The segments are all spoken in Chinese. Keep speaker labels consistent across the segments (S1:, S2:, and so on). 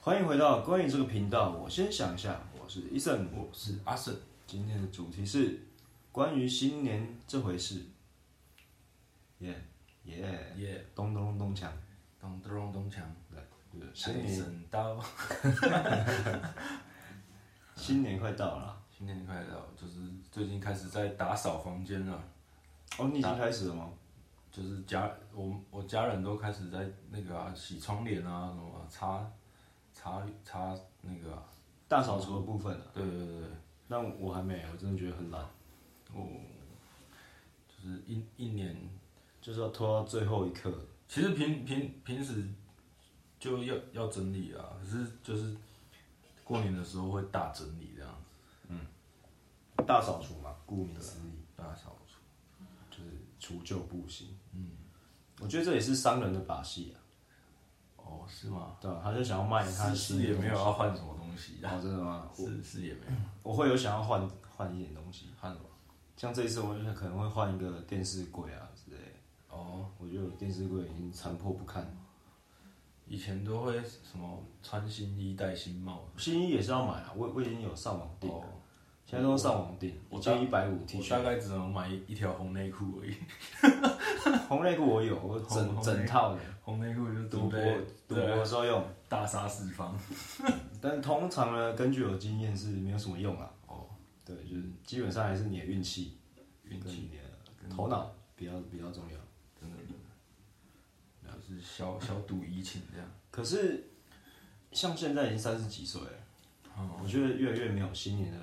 S1: 欢迎回到关于这个频道，我先想一下，我是 Eason，
S2: 我是阿胜，
S1: 今天的主题是关于新年这回事。耶耶，
S2: 耶，
S1: 咚咚咚咚锵，
S2: 咚咚咚锵，
S1: 对新
S2: 财
S1: 年
S2: 神到，
S1: 新年快到了。
S2: 新年快乐！就是最近开始在打扫房间了，
S1: 哦，你已经开始了吗？
S2: 就是家我我家人都开始在那个啊、洗窗帘啊，什么啊擦擦擦那个啊、
S1: 大扫除的部分，
S2: 对对对对，
S1: 那我还没，我真的觉得很懒，
S2: 就是一一年，
S1: 就是要拖到最后一刻。
S2: 其实平平平时就要要整理啊，可是就是过年的时候会大整理这样子，
S1: 大扫除嘛，顾名思义
S2: 大扫除。
S1: 就是除旧布新。嗯，我觉得这也是商人的把戏啊，
S2: 哦，是吗？
S1: 对吧？他就想要卖他
S2: 是
S1: 新
S2: 是
S1: 的
S2: 也
S1: 东西
S2: 没有要换什么东西啊，
S1: 哦，真的吗？
S2: 是是也没有。
S1: 嗯我会有想要换换一点东西，
S2: 看什么？
S1: 像这一次我就可能会换一个电视柜啊之类的。
S2: 哦，
S1: 我觉得我电视柜已经残破不堪，
S2: 以前都会什么穿新衣戴新帽，
S1: 新衣也是要买啊，我我已经有上网订了，
S2: 哦，
S1: 现在都上网订，
S2: 我
S1: 一件一百五 T
S2: 我
S1: 恤，
S2: 大概只能买一一条红内裤而已。
S1: 红内裤我有，我
S2: 红
S1: 整
S2: 红
S1: 整套的，
S2: 红内裤就
S1: 赌
S2: 准
S1: 博啊
S2: 备
S1: 赌博的时候用，
S2: 大杀四方。
S1: 但通常呢，根据我的经验是没有什么用啊，
S2: 哦，
S1: 对，就是基本上还是你的运气，
S2: 运
S1: 跟
S2: 气
S1: 你的头脑比较比较重要。
S2: 真的，就是小小赌怡情这样。
S1: 可是像现在已经三十几岁了，我觉得越来越没有新年的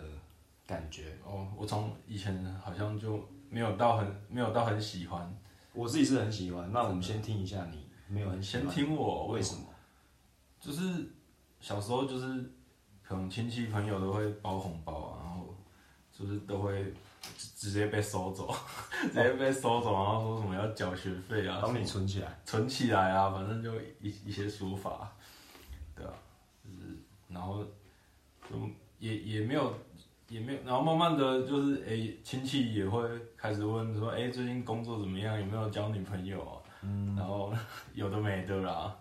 S1: 感觉。
S2: 哦，我从以前好像就没有到很没有到很喜欢。
S1: 我自己是很喜欢，那我们先听一下你没有很喜
S2: 先
S1: 欢，
S2: 听我为
S1: 为
S2: 什
S1: 什么？
S2: 就是小时候就是可能亲戚朋友都会包红包啊，然后就是都会直直接被收走， 直接被收走，然后说什么要缴学费啊，
S1: 帮你存起来。
S2: 存起来啊，反正就一一些说法，对啊，就是然后就也也没有也没有，然后慢慢的就是诶亲、戚也会开始问说诶、最近工作怎么样，有没有交女朋友啊？嗯，然后 有的没的啦，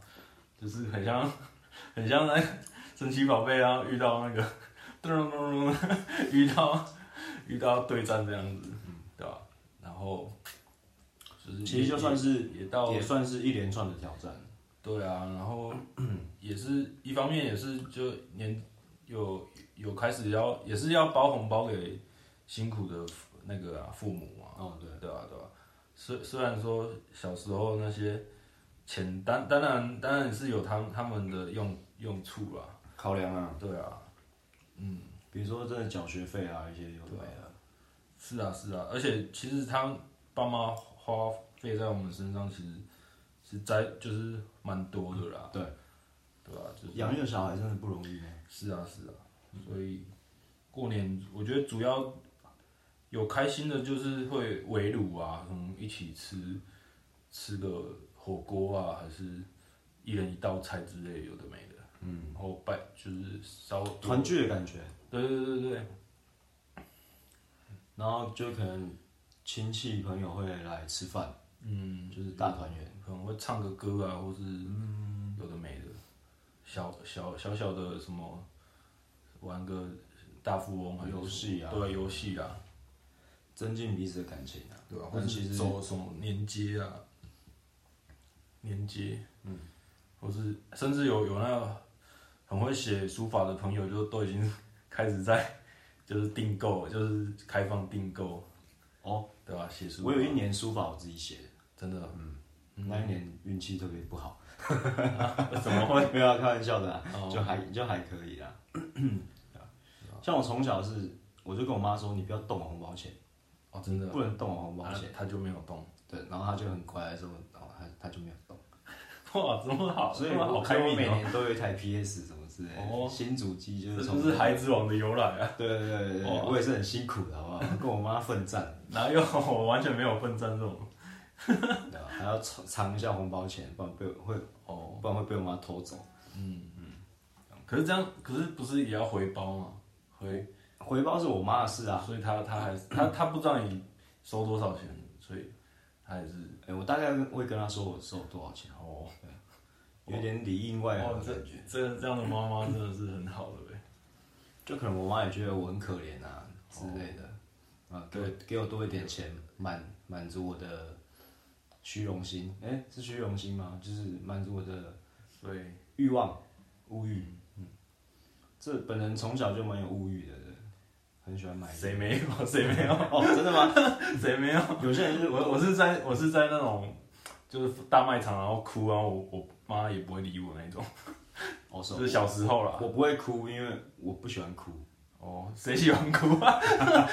S2: 就是很像 很像那个 神奇宝贝啊，遇到那个 咚咚咚咚， 遇到遇到对战这样子，对吧、然后就是
S1: 嗯其实就算是
S2: 也也到
S1: 也算是一连串的挑战。
S2: 对啊，然后也是一方面也是就年有有开始要也是要包红包给辛苦的父那个、啊、父母嘛，
S1: 哦，对，
S2: 对啊对啊。虽虽然说小时候那些钱，当当然当然是有他们他们的用用处啦，
S1: 考量啊，
S2: 对啊，
S1: 比如说真的缴学费啊，一些有的没的。
S2: 是啊是啊，而且其实他爸妈花费在我们身上其实是在就是蛮多的啦，
S1: 对，
S2: 对啊吧、就是
S1: 养一个小孩真的不容易呢。
S2: 是啊，是啊，所以过年我觉得主要有开心的，就是会围炉啊，可能一起吃吃个火锅啊，还是一人一道菜之类，有的没的。嗯，然后拜就是烧
S1: 团聚的感觉，
S2: 对对对对对，
S1: 然后就可能亲戚朋友会来吃饭，
S2: 嗯，
S1: 就是大团圆。
S2: 可能会唱个歌啊，或是有的没的，小小小小的什么玩个大富翁还是什么
S1: 游戏啊
S2: 对游戏啊，
S1: 增进彼此的感情啊。
S2: 对啊，或
S1: 但
S2: 者
S1: 其实
S2: 走什么连接啊，连接，嗯，或是甚至有有那个很会写书法的朋友，就都已经 开始在就是订购，就是开放订购，
S1: 哦，
S2: 对吧、写书法，
S1: 我有一年书法我自己写的，
S2: 真的，嗯
S1: 那一年运气特别不 好，
S2: 怎么会？
S1: 没有啊开玩笑的啊，
S2: 哦
S1: 就还就还可 以啦。啊像我从小是，我就跟我妈说，你不要动我红包钱，
S2: 哦，真的，啊
S1: 不能动我红包
S2: 他
S1: 钱。
S2: 他就没有动，
S1: 对，然后她就很乖说，然后她她就没有动。
S2: 哇，这么好，
S1: 所以
S2: 这么好
S1: 我所
S2: 开
S1: 以我
S2: 明
S1: 每
S2: 哦，
S1: 年都有一台 PS 什么之类的，
S2: 哦
S1: 新主机就
S2: 这
S1: 是从
S2: 就是孩子王的由来啊，
S1: 对对对对对，
S2: 哇
S1: 我也是很辛苦的，好不好？跟我妈奋战，
S2: 哪有 我完全没有奋战这种，
S1: 对吧？还要藏藏一下红包钱，不然被我会
S2: 哦，
S1: 不然会被我妈偷走。
S2: 可是这样，可是不是也要回包吗？回
S1: 回包是我妈的事啊，
S2: 所以他他还是他他不知道你收多少钱，所以他也是
S1: 哎，我大概会跟她说我收多少钱，
S2: 哦，
S1: 有点里应外合
S2: 哇，
S1: 的
S2: 哦这
S1: 感觉。
S2: 这这样的妈妈真的是很好 的呗。
S1: 就可能我妈也觉得我很可怜啊之类的，啊，给我给我多一点钱，满满足我的虚荣心，哎、是虚荣心吗？就是满足我的
S2: 所以
S1: 欲望、物欲，嗯，这本人从小就蛮有物欲的，对很喜欢买。
S2: 谁没有？谁没有？
S1: 哦，真的吗？
S2: 谁没有？
S1: 有些人就是
S2: 我我是在我是在那种就是大卖场，然后哭，然后我我妈也不会理我那种，
S1: 哦，是
S2: 就
S1: 哦
S2: 是小时候啦。
S1: 我不会哭，因为我不喜欢哭。
S2: 哦，谁喜欢哭啊？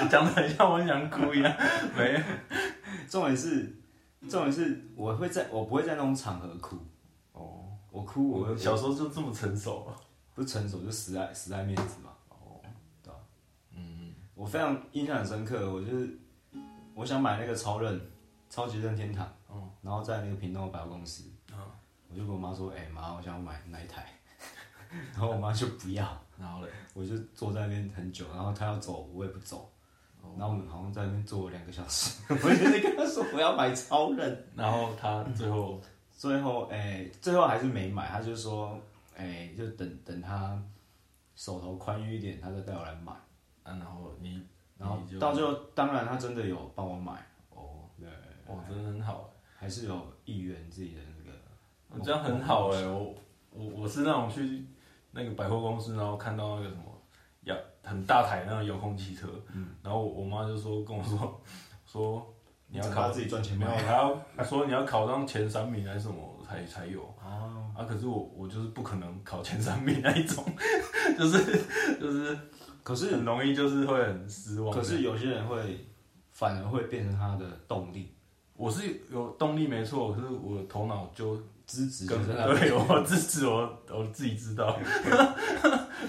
S2: 讲的很像我很想哭一样，没有
S1: 重点是，重点是我会在我不会在那种场合哭，
S2: 哦，
S1: 我哭我会
S2: 小时候就这么成熟了。
S1: 不是成熟就死在死在面子嘛。
S2: 哦，
S1: 对啊
S2: 嗯，
S1: 我非常印象很深刻，我就是我想买那个超任超级任天堂，
S2: 哦，
S1: 然后在那个屏东的百货公司，
S2: 嗯
S1: 我就跟我妈说，哎、妈，我想买那一台， 然后我妈就不 要，
S2: 然后嘞，
S1: 我就坐在那边很久，然后她要走，我也不走。
S2: 哦
S1: 然后我们好像在那边坐了两个小时， 我就是跟她说我要买超人，
S2: 然后他最后
S1: 最后，哎、最后还是没买。他就说，哎、就等等他手头宽裕一点，他再带我来买。
S2: 啊，然后你
S1: 然后
S2: 你就
S1: 到最后，当然他真的有帮我买，
S2: 哦，
S1: 对，
S2: 哇，真的很好，
S1: 还是有一元自己的那个。哦
S2: 我这样很好哎，我我我是那种去那个百货公司，然后看到那个什么遥很大台那种遥控汽车，
S1: 嗯
S2: 然后我我妈就说跟我说说你要
S1: 怎么
S2: 考
S1: 自己赚钱
S2: 没有，
S1: 买。
S2: 她要说你要考上前三名还是什么才才有。
S1: 哦，
S2: 啊，可是我我就是不可能考前三名那一种，就是就是
S1: 可是
S2: 很容易就是会很失望。
S1: 可是有些人会反而会变成他的动力，
S2: 我是有动力没错，可是我的头脑就
S1: 支持就
S2: 跟
S1: 是他
S2: 对我自己我我自己知 道，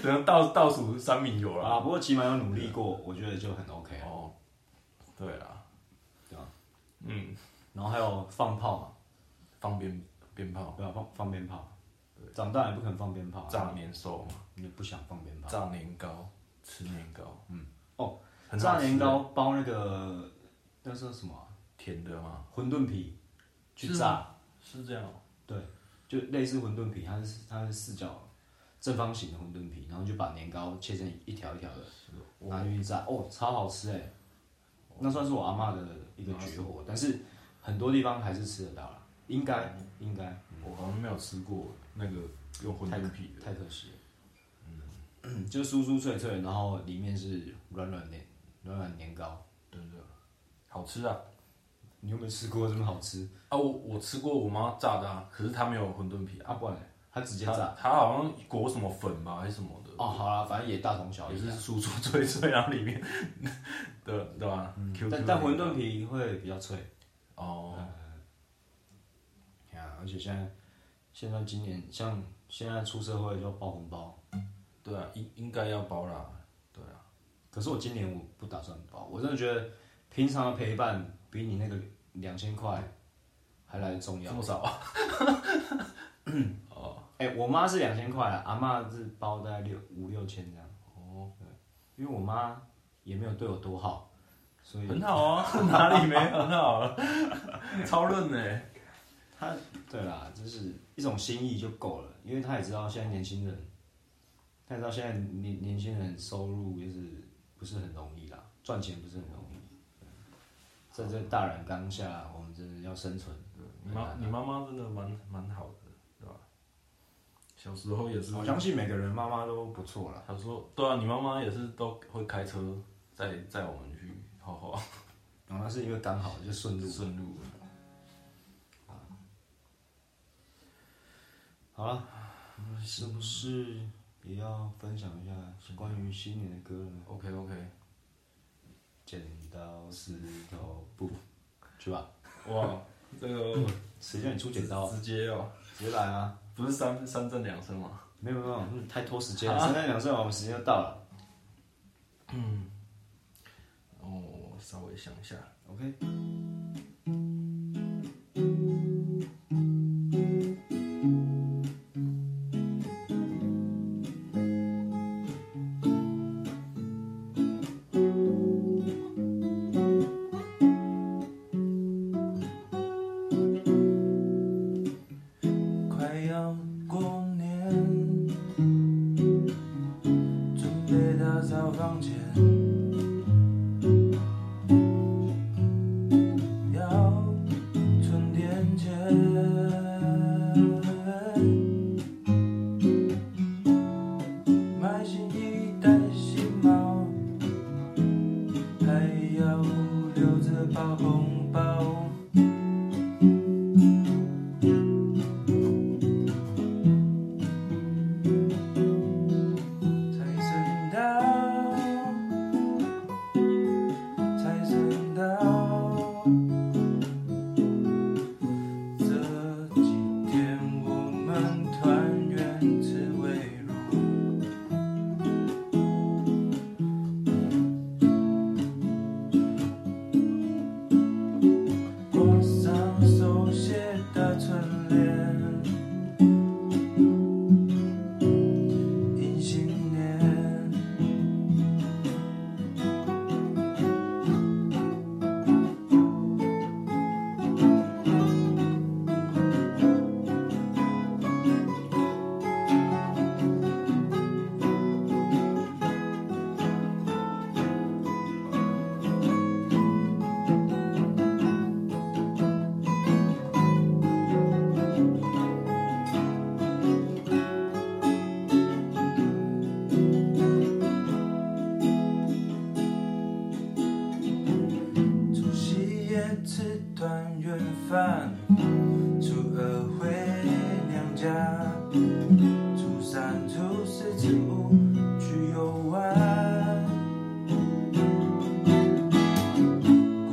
S2: 然后倒倒数三名有了。
S1: 啊。不过起码有努力过，我觉得就很 OK。啊
S2: 哦，对啦，
S1: 对啊，
S2: 嗯，
S1: 然后还有放炮嘛，
S2: 放鞭鞭炮，
S1: 对吧、放放鞭炮，长大也不肯放鞭炮、啊，
S2: 炸年兽嘛，
S1: 你就不想放鞭炮。
S2: 炸年糕，吃年糕，嗯，
S1: 哦，
S2: 很好
S1: 炸
S2: 吃
S1: 年糕包那个那是什么啊、
S2: 甜的吗？
S1: 馄饨皮去
S2: 是
S1: 炸，
S2: 是这样哦，
S1: 对，就类似馄饨皮，它是它是四角正方形的馄饨皮，然后就把年糕切成一条一条的，拿进去炸，哦，超好吃哎！那算是我阿嬷的一个绝活，但是嗯很多地方还是吃得到啦，应该应该
S2: 我好像没有吃过那个用馄饨皮的，
S1: 太可惜了。嗯， 就酥酥脆脆，然后里面是软软的软软年糕，
S2: 真的好吃啊！
S1: 你有没有吃过？这么好吃？
S2: 啊，我我吃过我妈炸的、啊，可是她没有馄饨皮
S1: 啊，
S2: 啊，
S1: 不然嘞它直接炸。
S2: 她她好像裹什么粉吧还是什么的，
S1: 哦，好啦，反正也大同小
S2: 也
S1: 异。
S2: 是酥酥脆脆，然后里面对对吧、q
S1: 但但馄饨皮会比较脆。
S2: 哦，
S1: 啊，而且现在现在今年像现在出社会就要包红包，
S2: 对啊，应应该要包啦，对啊，
S1: 可是我今年我不打算包，我真的觉得平常的陪伴比你那个两千块还来得重要
S2: 这。么少啊？
S1: 哎、我妈是两千块啊，阿妈是包大概六五六千这样，
S2: 哦，
S1: 因为我妈也没有对我多好，所以
S2: 很好啊， 哪里没很好 啊？超润呢、
S1: 他对啦，就是一种心意就够了，因为他也知道现在年轻人，他也知道现在年年轻人收入就是不是很容易啦，赚钱不是很容易。在这大染缸下，我们真的要生存。
S2: 你妈你妈妈真的蛮蛮好的，对吧、小时候也是
S1: 我相信每个人妈妈都不错啦。
S2: 他说：“对啊，你妈妈也是都会开车载载我们去画画，
S1: 然后那是因为刚好就顺路。
S2: 顺路。
S1: 好了，嗯是不是也要分享一下关于新年的歌呢？
S2: OK OK，
S1: 剪刀石头布，去吧。
S2: 哇，这个
S1: 谁叫你出剪刀啊？
S2: 直接哦，
S1: 直接来啊！
S2: 不是三三正两升吗？
S1: 没有没有，嗯太拖时间了。圣诞两岁完，我们时间就到了。
S2: 哦，我稍微想一下，
S1: OK，
S2: 快要出去游玩。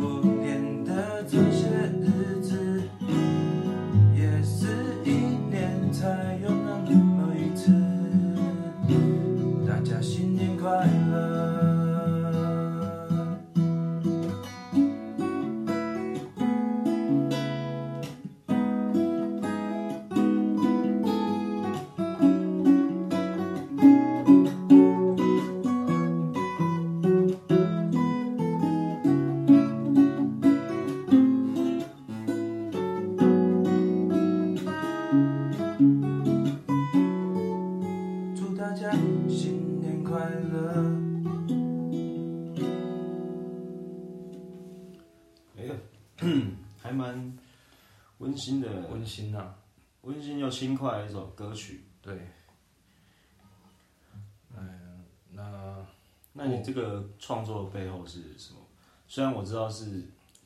S2: 过年的这些日子，也是一年才有那么一次。大家新年快乐！祝大家新年快乐！
S1: 哎呀， 还蛮温馨的，
S2: 温馨呐、啊，
S1: 温馨又轻快的一首歌曲。
S2: 对。嗯，那
S1: 那你这个创作背后是什么？虽然我知道是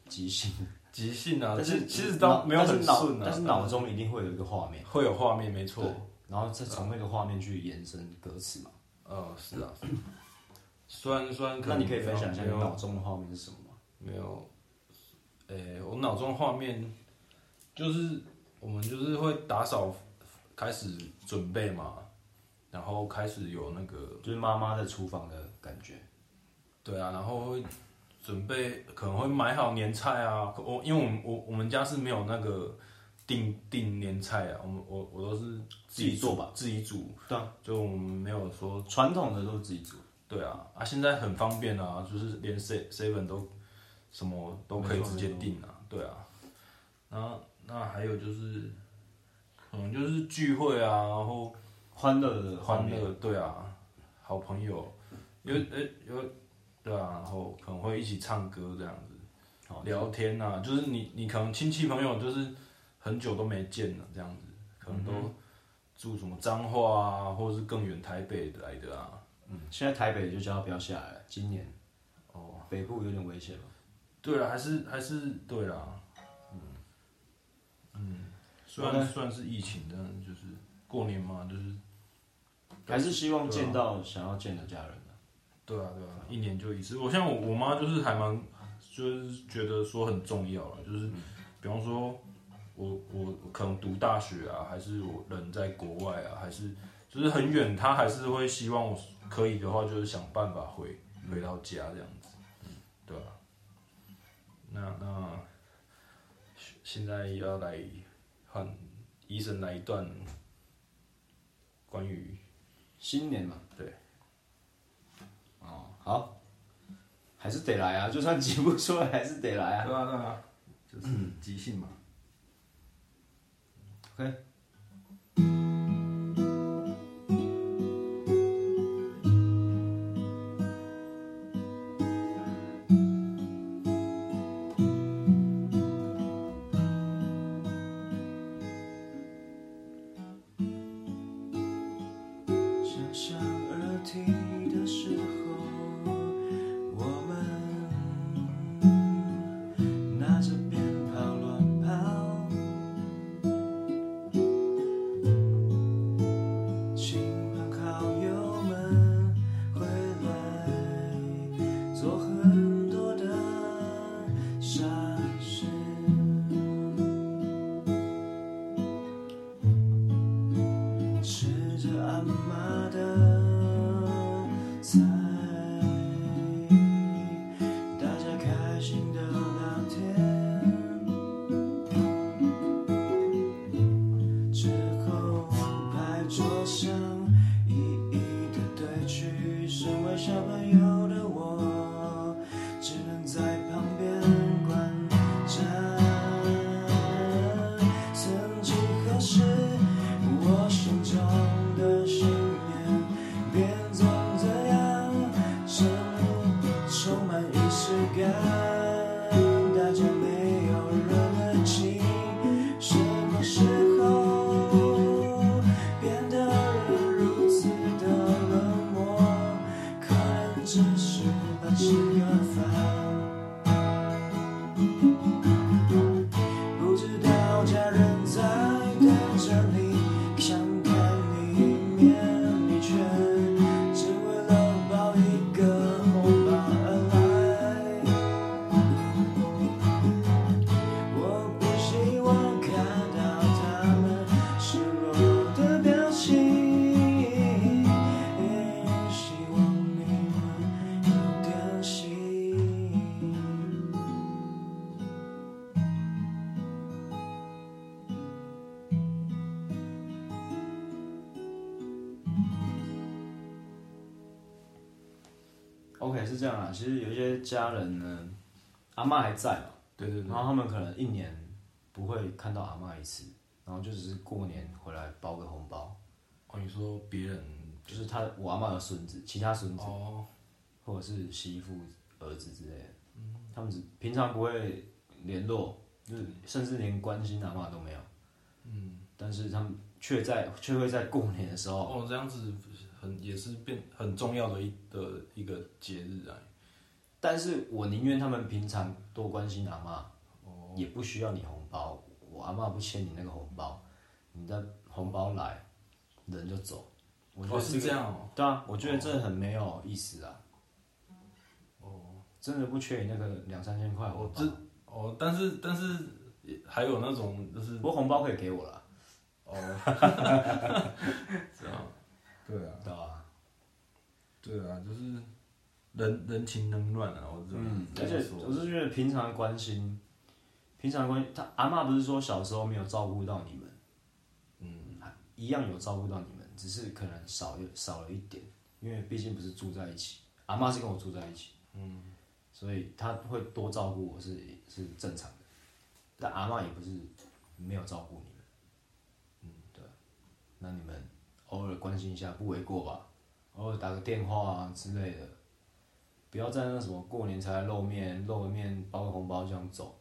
S1: 即兴，
S2: 即兴啊，
S1: 但是
S2: 其实倒没有很顺啊，
S1: 但是脑但是脑中一定会有一个画面，
S2: 会有画面，没错
S1: 对。然后再从那个画面去延伸歌词嘛。
S2: 呃，是啊， 是啊虽然虽然可
S1: 那
S2: 能
S1: 你可以分享一下
S2: 没
S1: 你
S2: 有
S1: 脑中的画面是什么吗？
S2: 没有，呃、我脑中画面就是我们就是会打扫，开始准备嘛，然后开始有那个
S1: 就是妈妈在厨房的感觉。
S2: 对啊，然后会准备可能会买好年菜啊。可我因为我们我我们家是没有那个订订年菜啊，我们我我都是
S1: 自己做
S2: 煮
S1: 吧，
S2: 自己煮。
S1: 对啊，
S2: 就我们没有说
S1: 传统的都是自己做，
S2: 对啊啊，现在很方便啊，就是连 se- seven 都什么都可以
S1: 没错
S2: 直接订啊，对啊。那那还有就是，可能就是聚会啊，然后
S1: 欢乐的画
S2: 欢
S1: 面。
S2: 乐，对啊，好朋友，有呃有，对啊，然后可能会一起唱歌这样子，
S1: 好
S2: 聊天啊，就是你你可能亲戚朋友就是很久都没见了这样子，可能都住什么彰化啊，或者是更远台北来的啊，
S1: 嗯，现在台北就叫他不要下来了，今年
S2: 哦，
S1: 北部有点危险了。
S2: 对啊了，还是还是对啦，嗯嗯，虽然虽然是疫情，但就是过年嘛，就是
S1: 还是希望见到想要见的家人啊
S2: 对啊，对啊，一年就一次。我像我我妈就是还蛮，就是觉得说很重要了，就是比方说我我我可能读大学啊，还是我人在国外啊，还是就是很远，她还是会希望我可以的话，就是想办法回回到家这样子，对啊。那那现在要来和医生来一段关于
S1: 新年嘛，
S2: 对。
S1: 哦，好，还是得来啊，就算挤不出来，还是得来啊。
S2: 对啊对啊，就是即兴嘛。
S1: OK，
S3: 想象而啼的时候，我们拿着鞭炮乱跑，亲朋好友们会来做很多的傻事。吃着阿妈的菜，大家开心的聊天，之后牌桌上一一的对去，身为小朋友的我，只能在旁边观战。曾几何时，我心中的信念变成这样，充充满仪式感。大家没有人问起，什么时候变得热
S1: OK，是这样啊啦。其实有一些家人呢，阿嬷还在嘛，
S2: 对对对
S1: 然，后他们可能一年不会看到阿嬷一次，然后就只是过年回来包个红包，
S2: 哦，你说别人
S1: 就是他我阿嬷的孙子，其他孙子
S2: 哦，
S1: 或者是媳妇、儿子之类的，他们只平常不会联络，就是甚至连关心阿嬷都没有。嗯，但是他们却在却会在过年的时候，
S2: 哦，这样子很也是变很重要的一的一个节日啊。
S1: 但是我宁愿他们平常多关心阿妈，也不需要你红包。我阿妈不欠你那个红包，你的红包来，人就走。我觉
S2: 哦，
S1: 得
S2: 是
S1: 这
S2: 这
S1: 个，
S2: 样哦，
S1: 对啊，我觉得这很没有意思啊。哦，真的不缺你那个两三千块红
S2: 哦，
S1: 包，
S2: 这哦，但是但是也还有那种就是
S1: 不过红包可以给我啦，
S2: 哦，这样，对啊，
S1: 对吧？
S2: 对啊，就是人人情冷暖啊，我这
S1: 嗯
S2: 么，
S1: 而且我是觉得平常的关心，平常的关心，他阿妈不是说小时候没有照顾到你们，嗯，一样有照顾到你们，只是可能少了少了一点，因为毕竟不是住在一起，阿妈是跟我住在一起，嗯，所以他会多照顾我是是正常的，但阿妈也不是没有照顾你们，嗯，对，那你们偶尔关心一下不为过吧，偶尔打个电话啊之类的。不要在那什么过年才来露面，露个面包个红包这样走。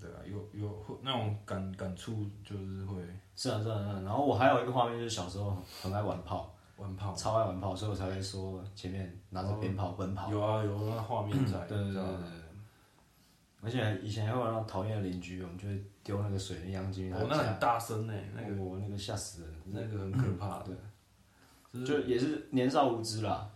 S2: 对啊，有有会那种感感触，就是会
S1: 是啊是啊是啊。然后我还有一个画面就是小时候很爱玩
S2: 哦
S1: 炮，
S2: 玩炮，
S1: 超爱玩炮，所以我才会说前面拿着鞭炮奔跑。
S2: 有啊有那画面在，
S1: 对对对
S2: 知道
S1: 对
S2: 吗
S1: 对。而且以前还会让讨厌的邻居，我们就会丢那个水泥样进去他
S2: 哦，
S1: 们
S2: 那
S1: 家，
S2: 很大声呢，那个
S1: 我那个吓死人，
S2: 那个很可怕，
S1: 对，
S2: 就是
S1: 就也是年少无知啦，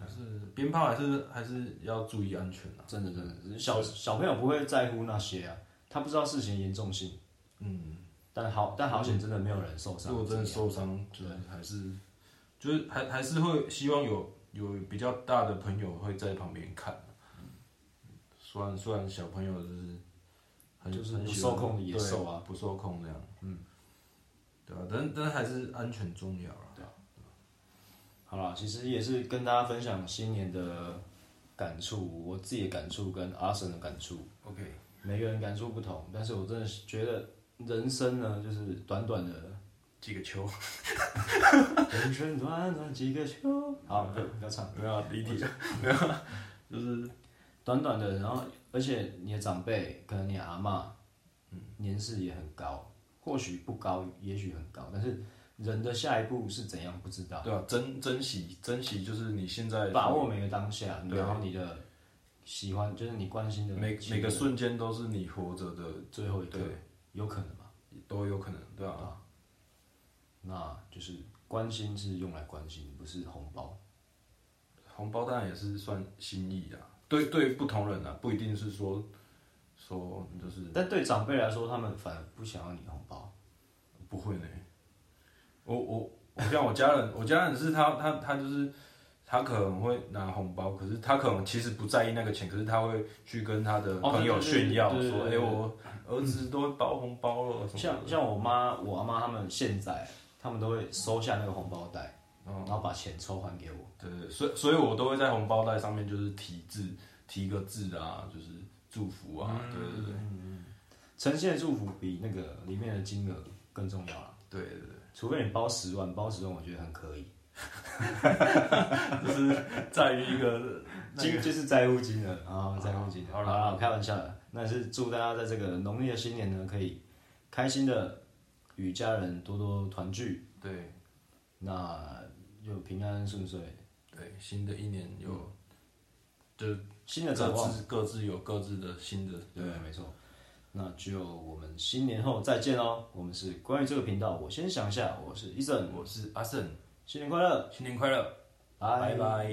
S2: 就是鞭炮还是还是要注意安全啊。
S1: 真的真的，小小朋友不会在乎那些啊，他不知道事情的严重性，
S2: 嗯，
S1: 但好但好险嗯真的没有人受伤，
S2: 如果真的受伤，就是还是就是还还是会希望有有比较大的朋友会在旁边看。虽然虽然小朋友就是很
S1: 就是
S2: 很
S1: 不
S2: 喜
S1: 受
S2: 欢
S1: 控的野
S2: 对
S1: 兽啊，
S2: 不受控这样，嗯，对吧、但但还是安全重要啊。
S1: 好了，其实也是跟大家分享新年的感触，我自己的感触跟阿神的感触，
S2: OK，
S1: 每个人感触不同，但是我真的是觉得人生呢，就是短短 的，
S2: 几个球，
S1: 人生短短几个秋，好，不要不要唱，
S2: 没有啊离题了， 没有，就是
S1: 短短的，然后而且你的长辈，可能你的阿妈，
S2: 嗯
S1: 年事也很高，或许不高，也许很高，但是人的下一步是怎样不知道，
S2: 对吧、啊珍珍惜珍惜，就是你现在
S1: 把握每个当下，
S2: 对
S1: 然后你的喜欢，就是你关心的
S2: 每
S1: 亲
S2: 每个
S1: 人
S2: 瞬间都是你活着的
S1: 最后一刻
S2: 对，
S1: 有可能吧。
S2: 都有可能，对啊吧、
S1: 那就是关心是用来关心，不是红包。
S2: 红包当然也是算心意啊，对对，不同人啊，不一定是说说你就是
S1: 但对长辈来说，他们反而不想要你红包。
S2: 不会呢。我我我像我家人，我家人是他他他就是他可能会拿红包，可是他可能其实不在意那个钱，可是他会去跟他的
S1: 哦对
S2: 朋
S1: 对
S2: 友
S1: 对
S2: 炫耀
S1: 对对
S2: 说：“哎、
S1: 对对
S2: 我儿子都会包红包了。”什么
S1: 像像我妈、我阿妈他们现在，他们都会收下那个红包袋，
S2: 嗯
S1: 然后把钱抽还给我。
S2: 的，对对，所以所以我都会在红包袋上面就是题字，提个字啊，就是祝福啊，对对
S1: 嗯
S2: 对。
S1: 呈现祝福比那个里面的金额更重要了。
S2: 对对对，
S1: 除非你包十万，包十万我觉得很可以，
S2: 在于一个哦
S1: 金就是在乎金额啊，在乎金额。
S2: 好
S1: 好
S2: 啦
S1: 了，我开玩笑的，那也是祝大家在这个农历的新年呢，可以开心的与家人多多团聚，
S2: 对
S1: 那就平安顺遂。
S2: 对，新的一年有，就是
S1: 新的展
S2: 各
S1: 望，
S2: 自各自有各自的新的
S1: 对，没错。那就我们新年后再见喽。我们是关于这个频道，我先想一下，我是 Eason，
S2: 我是阿胜，
S1: 新年快乐，
S2: 新年快乐，拜拜